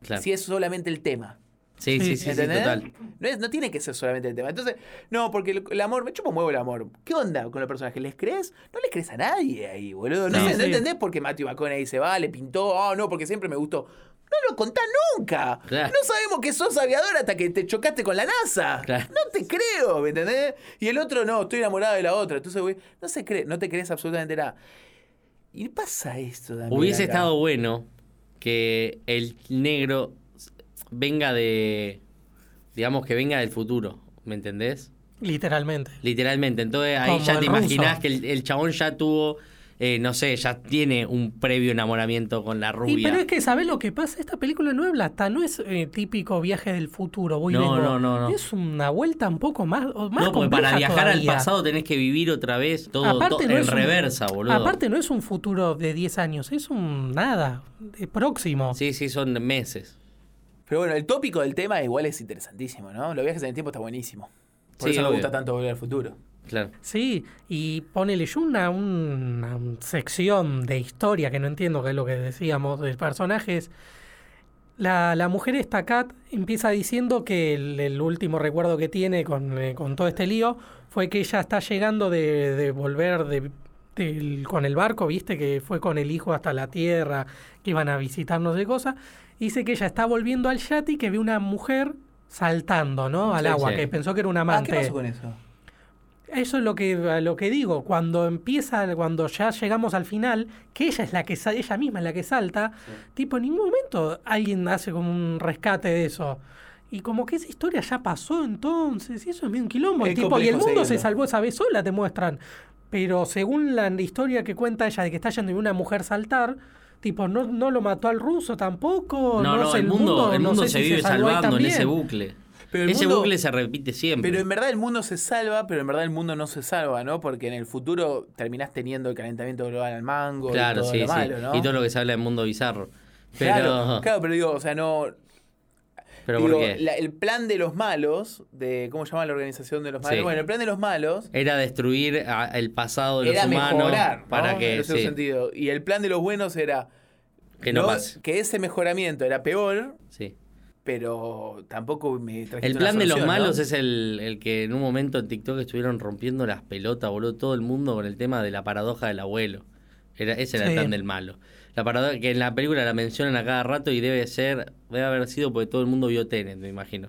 S3: Claro.
S1: Si es solamente el tema.
S3: Sí, sí, sí, sí,
S1: ¿Entendés?
S3: total.
S1: No, es- no tiene que ser solamente el tema. Entonces, no, porque el, el amor, me chupo muevo el amor. ¿Qué onda con los personajes? ¿Les crees? No les crees a nadie ahí, boludo. No,
S3: No.
S1: sé, ¿no
S2: Sí.
S1: entendés por qué Matthew McConaughey se va, le pintó, oh no, porque siempre me gustó. No lo contás nunca.
S3: Claro.
S1: No sabemos que sos aviador hasta que te chocaste con la NASA.
S3: Claro.
S1: No te creo, ¿me entendés? Y el otro no, estoy enamorado de la otra. Entonces, güey, no se cree, no te crees absolutamente nada. Y pasa esto también.
S3: Hubiese
S1: acá.
S3: estado bueno que el negro venga de. Digamos que venga del futuro, ¿me entendés?
S2: [LAUGHS] Literalmente.
S3: Literalmente. Entonces ahí
S2: Como
S3: ya
S2: el
S3: te imaginás
S2: ruso.
S3: que el, el chabón ya tuvo. eh, no sé, ya tiene un previo enamoramiento con la rubia.
S2: Y, pero es que, ¿sabés lo que pasa? Esta película no habla tan, no es eh, típico viaje del futuro, voy y
S3: No,
S2: vengo.
S3: no, no, no.
S2: Es una vuelta un poco más, o más
S3: no, porque para
S2: compleja
S3: viajar al
S2: todavía.
S3: pasado tenés que vivir otra vez todo, to-
S2: no
S3: en
S2: es un-
S3: reversa, boludo.
S2: Aparte no es un futuro de 10 años, es un nada, de próximo.
S3: Sí, sí, son meses.
S1: Pero bueno, el tópico del tema igual es interesantísimo, ¿no? Los viajes en el tiempo está buenísimo. Por
S3: Sí,
S1: eso me
S3: obvio.
S1: gusta tanto volver al futuro.
S3: Claro.
S2: Sí, y ponele yo una, una, sección de historia que no entiendo qué es lo que decíamos de personajes. La, la mujer esta, Kat, empieza diciendo que el, el último recuerdo que tiene con, eh, con todo este lío fue que ella está llegando de, de volver de, del- con el barco, viste, que fue con el hijo hasta la tierra, que iban a visitarnos de cosas. Dice que ella está volviendo al yate y que ve una mujer saltando, ¿no? Al
S3: Sí,
S2: agua,
S3: sí.
S2: que pensó que era un
S1: Ah,
S2: amante.
S1: ¿qué pasó con eso?
S2: Eso es lo que, a lo que digo. Cuando empieza, cuando ya llegamos al final, que ella es la que sa- ella misma es la que salta, tipo, en ningún momento alguien hace como un rescate de eso. Y como que esa historia ya pasó entonces, y eso es medio un quilombo.
S1: Es
S2: y tipo, y
S1: complejo
S2: el mundo se
S1: seguirlo.
S2: salvó esa vez sola, te muestran. Pero según la historia que cuenta ella de que está yendo y ve una mujer saltar, tipo, no, no lo mató al ruso tampoco.
S3: No, no,
S2: sé,
S3: el mundo, el
S2: no
S3: mundo
S2: sé
S3: se
S2: si
S3: vive
S2: salvó ahí
S3: salvando en ese
S2: también.
S3: bucle.
S1: Pero el
S3: ese
S1: mundo-
S3: bucle se repite siempre.
S1: Pero en verdad el mundo se salva, pero en verdad el mundo no se salva, ¿no? Porque en el futuro terminás teniendo el calentamiento global al mango y
S3: claro,
S1: todo
S3: sí,
S1: lo
S3: sí.
S1: malo, ¿no?
S3: Y todo lo que se habla del mundo bizarro. Pero
S1: Claro, claro, pero digo, o sea, no...
S3: Pero
S1: Digo,
S3: ¿por qué?
S1: la- el plan de los malos, de ¿cómo se llama la organización de los malos?
S3: Sí.
S1: Bueno, el plan de los malos
S3: Era destruir a- el pasado de
S1: era
S3: los humanos
S1: mejorar, ¿no?
S3: para
S1: en
S3: que,
S1: ese
S3: sí,
S1: sentido. Y el plan de los buenos era
S3: que no, pase.
S1: que ese mejoramiento era peor,
S3: Sí.
S1: pero tampoco me trajiste
S3: El
S1: una
S3: plan de los
S1: solución, ¿no?
S3: malos es el, el que en un momento en TikTok estuvieron rompiendo las pelotas, boludo, todo el mundo con el tema de la paradoja del abuelo. Era, ese era el
S2: Sí.
S3: plan del malo. La paradoja, que en la película la mencionan a cada rato y debe ser, debe haber sido porque todo el mundo vio Tenet, me imagino.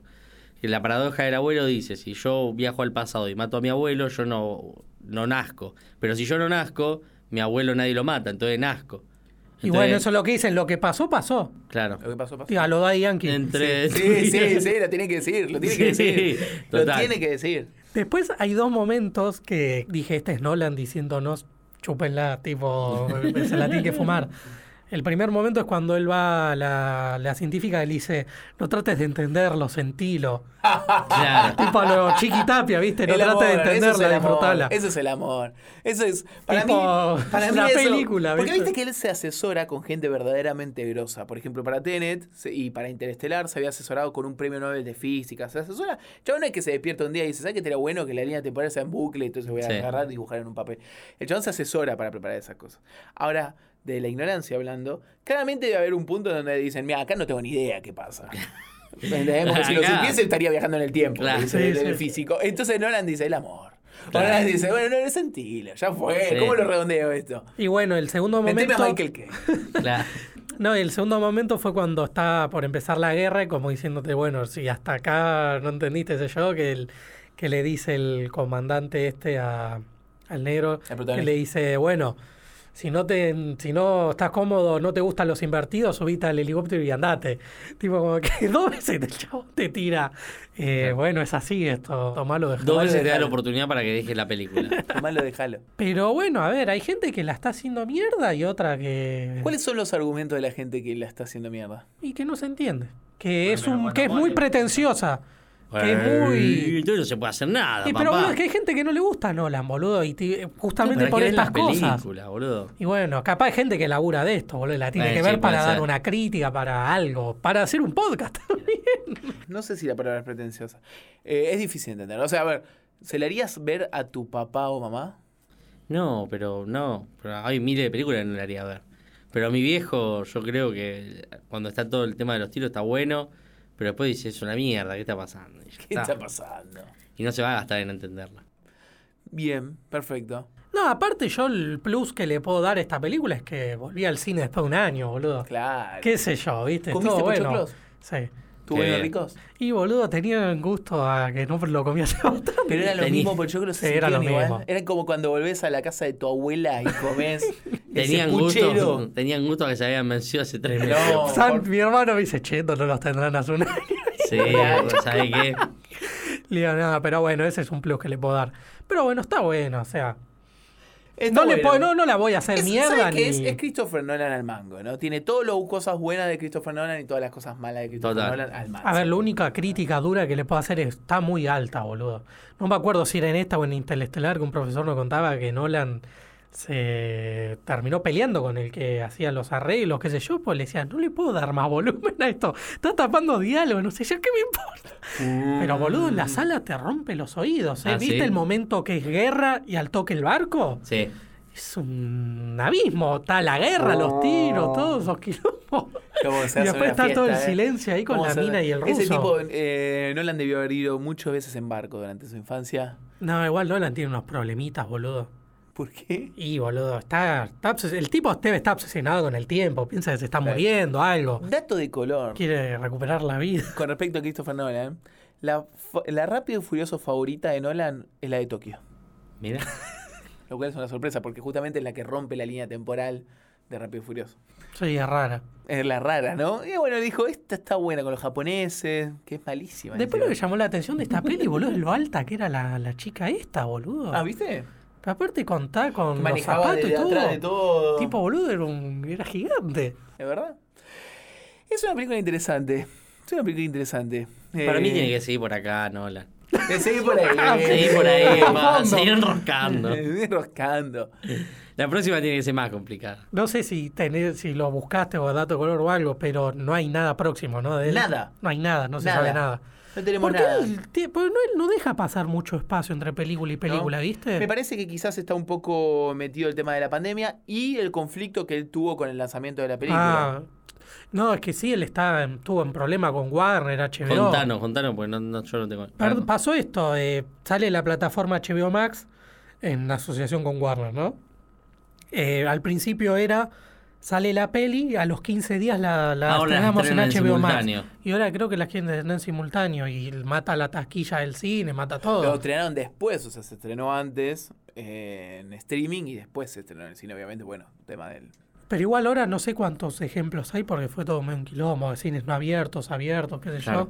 S3: Que la paradoja del abuelo dice, si yo viajo al pasado y mato a mi abuelo, yo no, no nazco. Pero si yo no nazco, mi abuelo nadie lo mata, entonces nazco.
S2: Y bueno,
S3: Entonces,
S2: eso es lo que dicen. Lo que pasó, pasó.
S3: Claro.
S1: Lo que pasó,
S3: [LAUGHS]
S1: pasó.
S2: A lo da Yankee.
S3: Entre... [LAUGHS]
S1: Sí, sí, sí, lo tiene que decir, lo tiene que
S3: Sí,
S1: decir. Lo
S3: total.
S1: tiene que decir.
S2: Después hay dos momentos que dije, este es Nolan diciéndonos, chúpenla, tipo, se la tiene que fumar. El primer momento es cuando él va a la, la científica y le dice, no trates de entenderlo, sentilo.
S3: Claro.
S2: tipo a lo chiquitapia, ¿viste? No
S1: El
S2: trates
S1: amor,
S2: de
S1: eso es
S2: entenderla,
S1: el amor,
S2: disfrutala.
S1: Eso es el amor. Eso es. Para
S2: Tipo,
S1: mí. Para
S2: una
S1: mí eso-
S2: película,
S1: Porque
S2: ¿viste?
S1: viste que él se asesora con gente verdaderamente grosa. Por ejemplo, para Tenet se- y para Interestelar se había asesorado con un premio Nobel de física. Se asesora. Chabón no es que se despierta un día y dice, ¿sabes que te era bueno que la línea temporal sea en bucle? Entonces voy a
S3: Sí.
S1: agarrar y dibujar en un papel. El chabón se asesora para preparar esas cosas. Ahora. De la ignorancia hablando, claramente debe haber un punto donde dicen: Mira, acá no tengo ni idea qué
S3: [LAUGHS]
S1: pasa. ¿Entendés? Porque si lo
S3: Acá.
S1: supiese estaría viajando en el tiempo.
S3: Claro.
S1: dice
S2: Sí,
S1: el- el
S2: sí.
S1: físico. Entonces Nolan dice el amor.
S3: Claro.
S1: Nolan dice, bueno, no, no sentilo, ya fue.
S3: Sí.
S1: ¿Cómo lo redondeo esto?
S2: Y bueno, el segundo
S1: Meteme
S2: momento...
S1: a Michael Kay.
S3: claro.
S2: No, el segundo momento fue cuando está por empezar la guerra, y como diciéndote, bueno, si hasta acá no entendiste, sé yo, que, el, que le dice el comandante este a- al negro,
S1: El protagonista.
S2: que le dice, bueno, si no te, si no estás cómodo, no te gustan los invertidos, subite al helicóptero y andate. [LAUGHS] Tipo, como que [LAUGHS] dos veces el chabón te tira. eh, Bueno, es así esto, tomalo de
S3: Dos veces te da la
S1: Dejalo.
S3: oportunidad para que dejes la película.
S1: Malo, dejalo.
S2: Pero bueno, a ver, hay gente que la está haciendo mierda y otra que...
S1: ¿Cuáles son los argumentos de la gente que la está haciendo mierda?
S2: y que no se entiende. Que es
S3: Bueno,
S2: un,
S3: bueno,
S2: que es muy
S3: bueno.
S2: pretenciosa. [LAUGHS] Que es
S3: Ey,
S2: muy.
S3: entonces no se puede hacer nada,
S2: Y pero
S3: papá.
S2: boludo, es que hay gente que no le gusta Nolan, boludo, y ti- justamente
S3: Para
S2: por
S3: que veas
S2: estas
S3: las
S2: cosas.
S3: películas, boludo.
S2: Y bueno, capaz hay gente que labura de esto, boludo, y la tiene
S3: Eh,
S2: que
S3: sí,
S2: ver
S3: puede
S2: para dar
S3: ser.
S2: una crítica, para algo, para hacer un podcast. [LAUGHS]
S1: No sé si la palabra es pretenciosa. Eh, es difícil entender. O sea, a ver, ¿se le harías ver a tu papá o mamá?
S3: No, pero no. Pero hay miles de películas que no le haría ver. Pero a mi viejo, yo creo que cuando está todo el tema de los tiros está bueno. Pero después dice, es una mierda, ¿qué está pasando? Y, ya
S1: ¿Qué
S3: está.
S1: está pasando?
S3: Y no se va a gastar en entenderla.
S1: Bien, perfecto.
S2: no, aparte yo el plus que le puedo dar a esta película es que volví al cine después de un año, boludo.
S1: Claro.
S2: Qué sé yo, ¿viste?
S1: ¿Comiste
S2: Todo bueno.
S1: pochoclos?
S2: Sí.
S1: ¿Tuvieron
S3: Qué bien.
S1: ricos?
S2: Y boludo, tenía un gusto a que no lo comía hace bastante.
S1: Pero era lo
S3: Tenía-
S1: mismo, porque yo creo que se
S2: Sí, era
S1: sentían
S2: lo
S1: igual.
S2: mismo.
S1: Era como cuando volvés a la casa de tu abuela y
S2: [LAUGHS]
S1: comés.
S3: Tenían
S1: ese puchero.
S3: gusto, tenían gusto que se habían vencido hace tres meses.
S2: [LAUGHS]
S1: No,
S2: [LAUGHS] San-
S1: por-
S2: Mi hermano me dice, che, no los tendrán hace un [LAUGHS] año.
S3: Sí,
S1: [LAUGHS]
S3: ¿sabes qué?
S2: Le digo, nada, pero bueno, ese es un plus que le puedo dar. Pero bueno, está bueno, o sea.
S1: Está
S2: No, le
S1: bueno.
S2: puedo, no, no la voy a hacer
S1: Es-
S2: mierda
S1: ¿sabe qué
S2: ni.
S1: es? Es Christopher Nolan al mango, ¿no? Tiene todas las cosas buenas de Christopher Nolan y todas las cosas malas de Christopher
S3: Total.
S1: Nolan al mango.
S2: A ver, la única crítica dura que le puedo hacer es, está muy alta, boludo. No me acuerdo si era en esta o en Interestelar que un profesor nos contaba que Nolan se terminó peleando con el que hacía los arreglos, qué sé yo, pues le decía, no le puedo dar más volumen a esto, está tapando diálogo, no sé yo, ¿qué me importa?
S1: Uh.
S2: Pero boludo, en la sala te rompe los oídos, ¿eh?
S3: Ah,
S2: ¿Viste
S3: ¿sí?
S2: el momento que es guerra y al toque el barco?
S3: Sí.
S2: Es un abismo, está la guerra, los tiros, todos esos quilombos.
S1: Cómo se hace
S2: Y después
S1: una
S2: está todo el
S1: fiesta, ¿eh?
S2: silencio ahí con
S1: Cómo
S2: la
S1: se hace-
S2: mina y el ruso.
S1: Ese tipo, eh, Nolan debió haber ido muchas veces en barco durante su infancia.
S2: No, igual Nolan tiene unos problemitas, boludo.
S1: ¿Por qué?
S2: Y boludo, está, está obses- el tipo debe estar obsesionado con el tiempo, piensa que se está
S1: Sí.
S2: muriendo, algo.
S1: Dato de color.
S2: Quiere recuperar la vida. [LAUGHS]
S1: Con respecto a Christopher Nolan, la, fa- la rápido y furioso favorita de Nolan es la de Tokio.
S3: Mira.
S1: Lo cual es una sorpresa porque justamente es la que rompe la línea temporal de Rápido y Furioso.
S2: Soy rara.
S1: Es la rara, ¿no? Y bueno, dijo, esta está buena con los japoneses, que es malísima.
S2: Después lo que
S1: encima.
S2: llamó la atención de esta peli, boludo, es lo alta que era la, la chica esta, boludo.
S1: Ah, ¿viste?
S2: Pero aparte contaba con los
S1: Manejaba
S2: zapatos y
S1: desde
S2: todo.
S1: atrás de todo.
S2: Tipo, boludo, era, un, era gigante.
S1: ¿De verdad? Es una película interesante. Es una película interesante.
S3: Para mí
S1: Eh,
S3: tiene que seguir por acá, Nolan.
S1: Eh, [LAUGHS] Seguí por
S2: Ah,
S1: ahí.
S3: [LAUGHS]
S1: eh.
S3: Seguí
S1: [LAUGHS]
S2: [LAUGHS]
S3: por ahí, va,
S1: Fondo.
S3: seguí enroscando.
S1: [LAUGHS] Eh, Enroscando.
S3: La próxima tiene que ser más complicada.
S2: No sé si tenés, si lo buscaste o a dato color o algo, pero no hay nada próximo, ¿no? De él.
S1: Nada.
S2: No hay nada, no se
S1: Nada.
S2: sabe nada.
S1: No tenemos
S2: Porque
S1: nada.
S2: él, tie- porque no, él no deja pasar mucho espacio entre película y película,
S1: ¿no?
S2: ¿viste?
S1: Me parece que quizás está un poco metido el tema de la pandemia y el conflicto que él tuvo con el lanzamiento de la película.
S2: Ah, no, es que sí, él está, en- tuvo un problema con Warner, HBO.
S3: Contanos, contanos, porque no, no- yo no tengo. Ah,
S2: Per- pasó esto, eh, sale la plataforma HBO Max en asociación con Warner, ¿no? Eh, al principio era, sale la peli, a los 15 días la, la
S3: Ahora la
S2: estrenamos en
S3: estrenan en
S2: HBO Max.
S3: simultáneo.
S2: Y ahora creo que la quieren estrenar en simultáneo y mata la taquilla del cine, mata
S1: Lo
S2: todo.
S1: estrenaron después, o sea, se estrenó antes eh, en streaming y después se estrenó en el cine, obviamente. Bueno, tema del.
S2: Pero igual ahora no sé cuántos ejemplos hay porque fue todo medio un quilombo de cines no abiertos, abiertos, qué sé yo.
S3: Claro.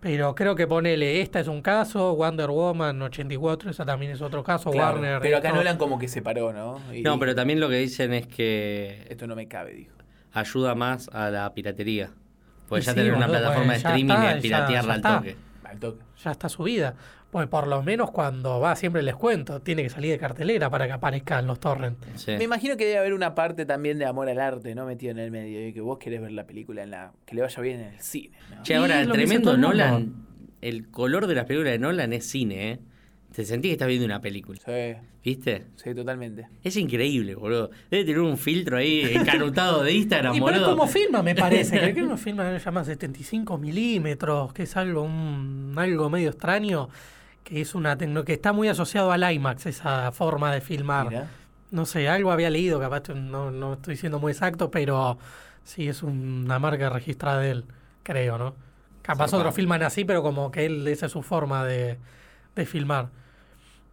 S2: Pero creo que ponele, esta es un caso, Wonder Woman 84, esa también es otro caso,
S1: Claro,
S2: Warner.
S1: pero acá
S2: esto.
S1: Nolan como que se paró, ¿no? Y
S3: No,
S1: dijo,
S3: pero también lo que dicen es que
S1: Esto no me cabe, dijo.
S3: ayuda más a la piratería. Porque
S2: Y
S3: ya
S2: sí,
S3: tener una
S2: boludo,
S3: plataforma de
S2: pues, ya
S3: streaming
S2: está,
S3: es
S2: ya-
S3: piratearla
S2: ya
S3: al
S2: está.
S3: toque.
S1: Al toque.
S2: ya está subida. Pues por lo menos cuando va, siempre les cuento, tiene que salir de cartelera para que aparezcan los torrents.
S3: Sí.
S1: Me imagino que debe haber una parte también de amor al arte, ¿no? Metido en el medio. Y que vos querés ver la película en la. que le vaya bien en el cine, ¿no?
S3: Che,
S2: Y
S3: ahora,
S2: es lo que dice todo
S3: tremendo
S2: el mundo.
S3: Nolan. El color de las películas de Nolan es cine, ¿eh? Te sentís que estás viendo una película,
S1: Sí,
S3: ¿viste?
S1: sí, totalmente.
S3: Es increíble, boludo. Debe tener un filtro ahí encanutado de
S2: [LAUGHS]
S3: Instagram,
S2: Y pero
S3: boludo.
S2: es como
S1: [LAUGHS]
S2: filma, me parece. Creo que uno filma ya más 75 milímetros, que es algo, un- algo medio extraño, que es una tecno- que está muy asociado al IMAX, esa forma de filmar.
S1: Mirá.
S2: No sé, algo había leído, capaz te- no, no estoy siendo muy exacto, pero sí es una marca registrada de él, creo, ¿no? Capaz
S3: Zarpado.
S2: otros filman así, pero como que él, esa es su forma de, de filmar.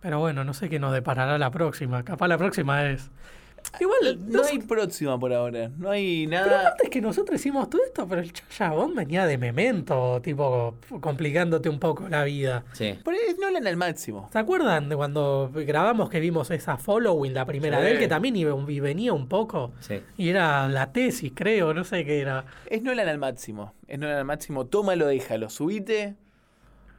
S2: Pero bueno, no sé qué nos deparará la próxima. Capaz la próxima es. Igual, no,
S1: No
S2: sé,
S1: hay próxima por ahora. No hay
S2: pero
S1: nada.
S2: antes que nosotros hicimos todo esto, pero el Chayabón venía de memento, tipo, complicándote un poco la vida.
S3: Sí.
S1: Por ahí es Nolan al máximo.
S2: ¿Se acuerdan de cuando grabamos que vimos esa following, la primera
S1: Sí.
S2: de él, que también iba- y venía un poco?
S3: Sí.
S2: Y era la tesis, creo, no sé qué era.
S1: Es Nolan al máximo. Es Nolan al máximo. Tómalo, déjalo. Subite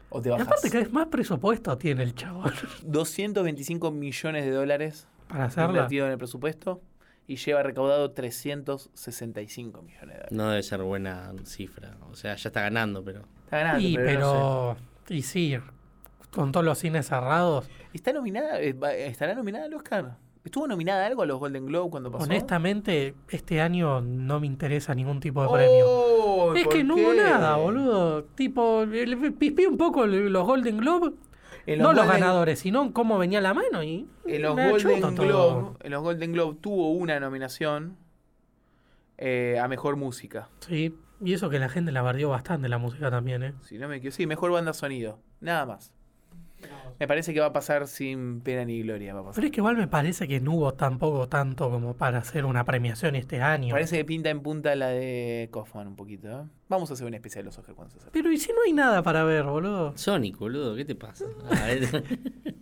S1: o te
S2: Y
S1: bajas.
S2: aparte, cada vez más presupuesto tiene el chabón [LAUGHS]
S1: 225 millones de dólares
S2: para hacerla.
S1: invertido en el presupuesto y lleva recaudado 365 millones de dólares.
S3: No debe ser buena cifra. O sea, ya está ganando, pero.
S1: Está ganando,
S2: Y,
S1: pero no sé.
S2: pero. Y sí, con todos los cines cerrados.
S1: ¿Está nominada? eh, va- ¿Estará nominada al Oscar? ¿Estuvo nominada a algo a los Golden Globe cuando pasó?
S2: Honestamente, este año no me interesa ningún tipo de premio.
S1: ¡Oh!
S2: Es
S1: ¿por
S2: que no hubo
S1: qué?
S2: nada, boludo. Tipo, el- pispié un poco el- los Golden Globe.
S1: En
S2: no los
S1: Golden-
S2: ganadores, sino cómo venía la mano. Y
S1: En los,
S2: me
S1: Golden
S2: chuto todo.
S1: Globe, en los Golden Globe tuvo una nominación eh, a Mejor Música.
S2: Sí, y eso que la gente la bardeó bastante la música también, ¿eh?
S1: Si no me equivoco. Sí, Mejor Banda Sonido. Nada más. Me parece que va a pasar sin pena ni gloria. Va a pasar.
S2: Pero es que igual me parece que no hubo tampoco tanto como para hacer una premiación este año.
S1: Parece que pinta en punta la de Kaufman un poquito. ¿eh? Vamos a hacer una especial de los Oscar cuando se acerque.
S2: Pero ¿y si no hay nada para ver, boludo?
S3: Sonic, boludo, ¿qué te pasa? A ver. [LAUGHS]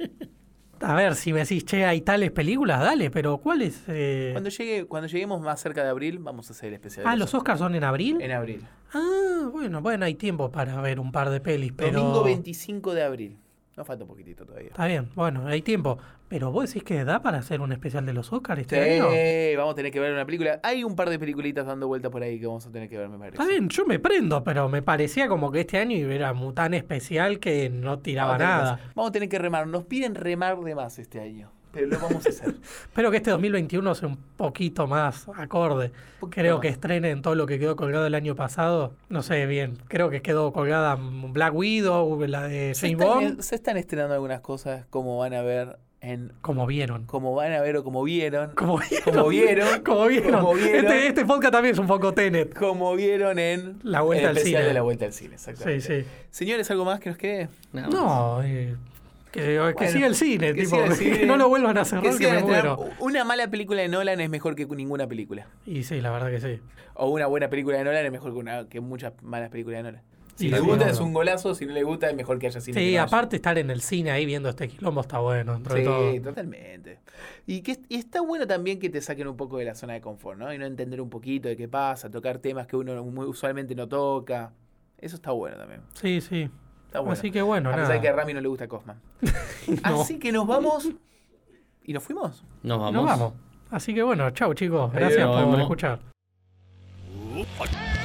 S2: A ver, si me decís, che, hay tales películas, dale, pero ¿cuál es? eh?
S1: Cuando, llegue, cuando lleguemos más cerca de abril, vamos a hacer el especial. de
S2: Ah, los Oscars son en abril.
S1: En abril.
S2: Ah, bueno, bueno, hay tiempo para ver un par de pelis, pero...
S1: Domingo 25 de abril. Nos falta un poquitito todavía.
S2: Está bien, bueno, hay tiempo. Pero vos decís que da para hacer un especial de los Oscars
S1: Sí,
S2: este año.
S1: Eh, vamos a tener que ver una película. Hay un par de peliculitas dando vueltas por ahí que vamos a tener que ver, me parece.
S2: Está bien, yo me prendo, pero me parecía como que este año era mu- tan especial que no
S1: Vamos a
S2: tiraba
S1: tener que
S2: nada.
S1: hacer- Vamos a tener que remar. Nos piden remar de más este año. Pero lo vamos a
S2: [LAUGHS]
S1: hacer.
S2: Espero que este 2021 sea un poquito más acorde.
S1: poquito
S2: Creo
S1: más.
S2: que estrenen todo lo que quedó colgado el año pasado. No sé bien, creo que quedó colgada mm, Black Widow, la de
S1: se,
S2: James
S1: están,
S2: Bond,
S1: se están estrenando algunas cosas como van a ver en.
S2: como vieron.
S1: Como van a ver o como vieron.
S2: Como vieron.
S1: Como [LAUGHS] vieron.
S2: Como vieron.
S1: Como vieron.
S2: Este, este podcast también es un poco Tenet.
S1: Como vieron en.
S2: La vuelta
S1: el
S2: al
S1: especial
S2: cine.
S1: de la vuelta al cine,
S2: Sí,
S1: exactamente.
S2: sí.
S1: Señores, ¿algo más que nos quede?
S3: Nada más.
S2: No, eh, que, que
S1: Bueno,
S2: siga el cine,
S1: que
S2: tipo,
S1: siga el
S2: [LAUGHS] que
S1: cine. este
S2: no lo vuelvan a cerrar, que,
S1: sigan
S2: me
S1: estrenando.
S2: muero.
S1: Una mala película de Nolan es mejor que ninguna película.
S2: Y sí, la verdad que sí.
S1: O una buena película de Nolan es mejor que, una- que muchas malas películas de Nolan. Si
S2: Sí,
S1: le
S2: sí,
S1: gusta
S2: no,
S1: es
S2: no.
S1: un golazo, si no le gusta es mejor que haya cine. que
S2: Sí,
S1: no haya.
S2: aparte estar en el cine ahí viendo este quilombo está bueno, dentro de
S1: Sí,
S2: todo.
S1: totalmente. Y que y está bueno también que te saquen un poco de la zona de confort, ¿no? Y no entender un poquito de qué pasa, tocar temas que uno muy usualmente no toca. Eso está bueno también.
S2: Sí, sí.
S1: Está bueno.
S2: Así que bueno,
S1: a
S2: nada.
S1: pesar de que a Rami no le gusta Cosman.
S2: [LAUGHS] No.
S1: Así que nos vamos. ¿Y nos fuimos?
S3: Nos
S2: Y
S3: vamos.
S2: nos vamos. Así que bueno, chao chicos.
S1: Adiós.
S2: Gracias
S3: Nos
S2: por
S3: vemos.
S2: escuchar.